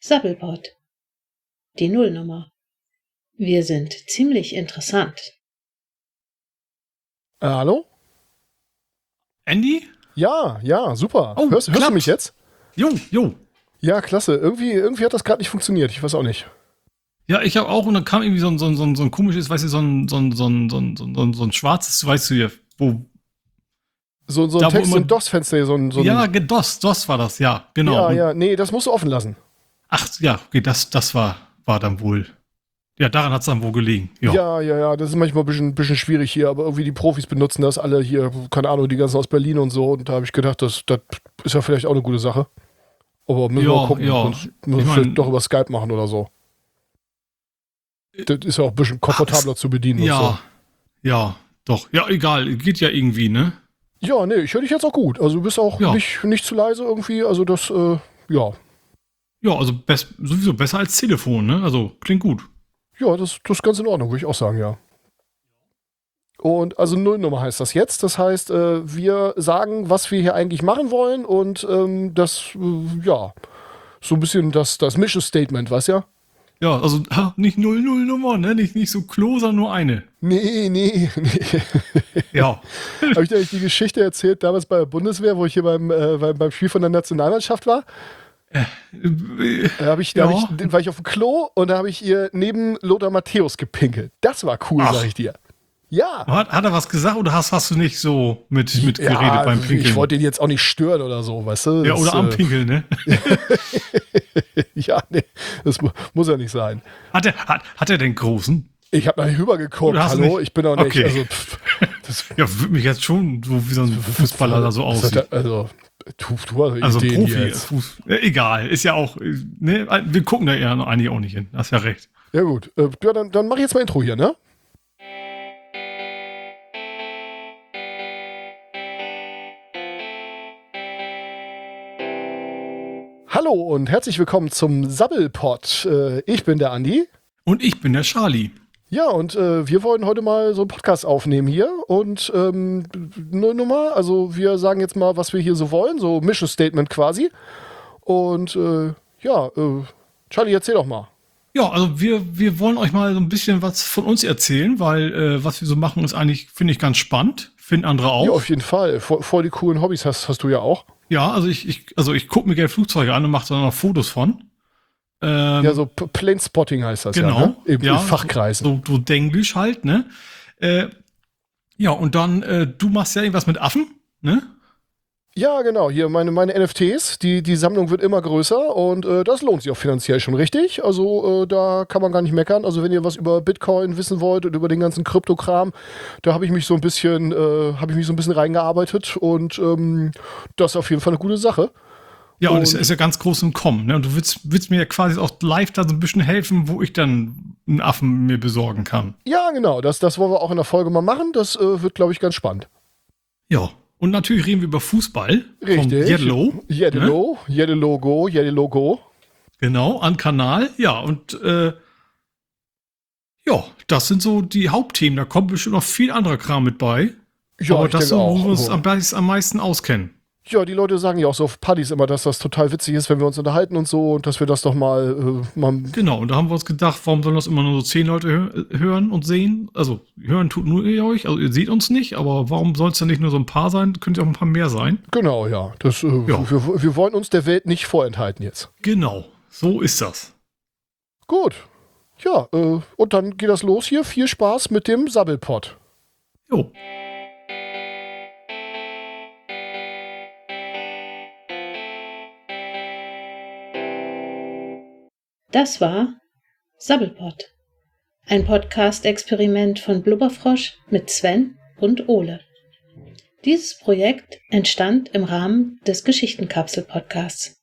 Sabbelpot. Die Nullnummer. Wir sind ziemlich interessant. Äh, hallo? Andy? Ja, ja, super. Oh, hörst hörst du klappt. mich jetzt? Jo, jo. Ja, klasse. Irgendwie, irgendwie hat das gerade nicht funktioniert. Ich weiß auch nicht. Ja, ich habe auch, und dann kam irgendwie so ein, so ein, so ein, so ein komisches, weißt du, so ein, so ein, so ein, so ein, so ein, so ein, so ein schwarzes, weißt du hier, wo. So, so ein Da, wo Text, so ein man- DOS-Fenster, so ein. So ein ja, DOS, DOS war das, ja, genau. ja, Und- ja. Nee, das musst du offen lassen. Ach, ja, okay, das, das war, war dann wohl. Ja, daran hat es dann wohl gelegen. Ja. Ja, ja, ja. das ist manchmal ein bisschen, bisschen schwierig hier, aber irgendwie die Profis benutzen das alle hier, keine Ahnung, die ganzen aus Berlin und so. Und da habe ich gedacht, das, das ist ja vielleicht auch eine gute Sache. Aber müssen wir Ja, mal gucken. ja. Sonst müssen wir Ich mein- vielleicht doch über Skype machen oder so. Das ist ja auch ein bisschen komfortabler zu bedienen. ja, Und so. ja, doch. Ja, egal, geht ja irgendwie, ne? Ja, nee, ich höre dich jetzt auch gut. Also du bist auch Ja. nicht, nicht zu leise irgendwie. Also das, äh, ja. Ja, also best, sowieso besser als Telefon, ne? Also klingt gut. Ja, das, das ist ganz in Ordnung, würde ich auch sagen, ja. Und also Nullnummer heißt das jetzt. Das heißt, äh, wir sagen, was wir hier eigentlich machen wollen und ähm, das, äh, ja, so ein bisschen das, das Mission-Statement, weißt ja? Ja, also ha, nicht 00 Nummer, ne? Nicht, nicht so Klo, sondern nur eine. Nee, nee, nee. Ja. Habe ich dir eigentlich die Geschichte erzählt, damals bei der Bundeswehr, wo ich hier beim, äh, beim, beim Spiel von der Nationalmannschaft war? Da habe ich, da Ja. hab ich, war ich auf dem Klo und da habe ich ihr neben Lothar Matthäus gepinkelt. Das war cool, Ach. sag ich dir. Ja. Hat, hat er was gesagt oder hast, hast du nicht so mit, mit geredet ja, beim Pinkeln? Ich wollte ihn jetzt auch nicht stören oder so, weißt du? ja, Das, oder am äh, Pinkeln, ne? Ja, nee, das mu muss ja nicht sein. Hat er, hat, hat er den großen? Ich habe nach rüber geguckt. Oder hast du Hallo, nicht? ich bin doch nicht. Okay. Also, pff, das Ja, würde mich jetzt schon so wie so ein Fußballer da so was hat aussieht. er- Also, du, du hast Also Ideen Profi, jetzt. Fuß, äh, egal, ist ja auch, äh, ne, wir gucken da ja noch eigentlich auch nicht hin, hast ja recht. Ja, gut. Äh, ja, dann, dann mach ich jetzt mal Intro hier, ne? Hallo und herzlich willkommen zum Sabbelpot. Äh, ich bin der Andi. Und ich bin der Charlie. Ja, und äh, wir wollen heute mal so einen Podcast aufnehmen hier. Und ähm, nur Nummer, also wir sagen jetzt mal, was wir hier so wollen, so Mission Statement quasi. Und äh, ja, äh, Charlie, erzähl doch mal. Ja, also wir, wir wollen euch mal so ein bisschen was von uns erzählen, weil äh, was wir so machen ist eigentlich, finde ich, ganz spannend. Finden andere auch. Ja, auf jeden Fall. Voll, voll die coolen Hobbys hast, hast du ja auch. Ja, also ich, ich, also ich gucke mir gerne Flugzeuge an und mache dann noch Fotos von. Ähm, ja, so P- Plane Spotting heißt das genau. ja, ne? Im, Ja, Im Fachkreisen. so, so denglisch halt, ne? Äh, ja, und dann, äh, du machst ja irgendwas mit Affen, ne? Ja, genau. Hier meine, meine NFTs, die, die Sammlung wird immer größer und äh, das lohnt sich auch finanziell schon richtig. Also äh, da kann man gar nicht meckern. Also wenn ihr was über Bitcoin wissen wollt und über den ganzen Kryptokram, da habe ich mich so ein bisschen, äh, habe ich mich so ein bisschen reingearbeitet und ähm, das ist auf jeden Fall eine gute Sache. Ja, und, Und- es ist ja ganz groß im Kommen, ne? Und du willst, willst mir ja quasi auch live da so ein bisschen helfen, wo ich dann einen Affen mir besorgen kann. Ja, genau. Das, das wollen wir auch in der Folge mal machen. Das äh, wird, glaube ich, ganz spannend. Ja. Und natürlich reden wir über Fußball. Vom Richtig. Yellow. Jeddelo, Ne? Jeddelo Go, Jeddelo Go. Genau, an Kanal. Ja, und äh, ja, das sind so die Hauptthemen. Da kommt bestimmt noch viel anderer Kram mit bei. Ja, aber ich das denke so, wo wir uns Also- am, beis- am meisten auskennen. Ja, die Leute sagen ja auch so auf Partys immer, dass das total witzig ist, wenn wir uns unterhalten und so und dass wir das doch mal, äh, mal Genau, und da haben wir uns gedacht, warum sollen das immer nur so zehn Leute hö hören und sehen? Also hören tut nur ihr euch, also ihr seht uns nicht, aber warum soll es denn nicht nur so ein paar sein? Könnte auch ein paar mehr sein. genau, ja. Das, äh, Ja. Wir, wir wollen uns der Welt nicht vorenthalten jetzt. Genau, so ist das. Gut. Ja, äh, und dann geht das los hier. Viel Spaß mit dem Sabbelpot. Jo. Das war Sabbelpot. Ein Podcast-Experiment von Blubberfrosch mit Sven und Ole. Dieses Projekt entstand im Rahmen des Geschichtenkapsel-Podcasts.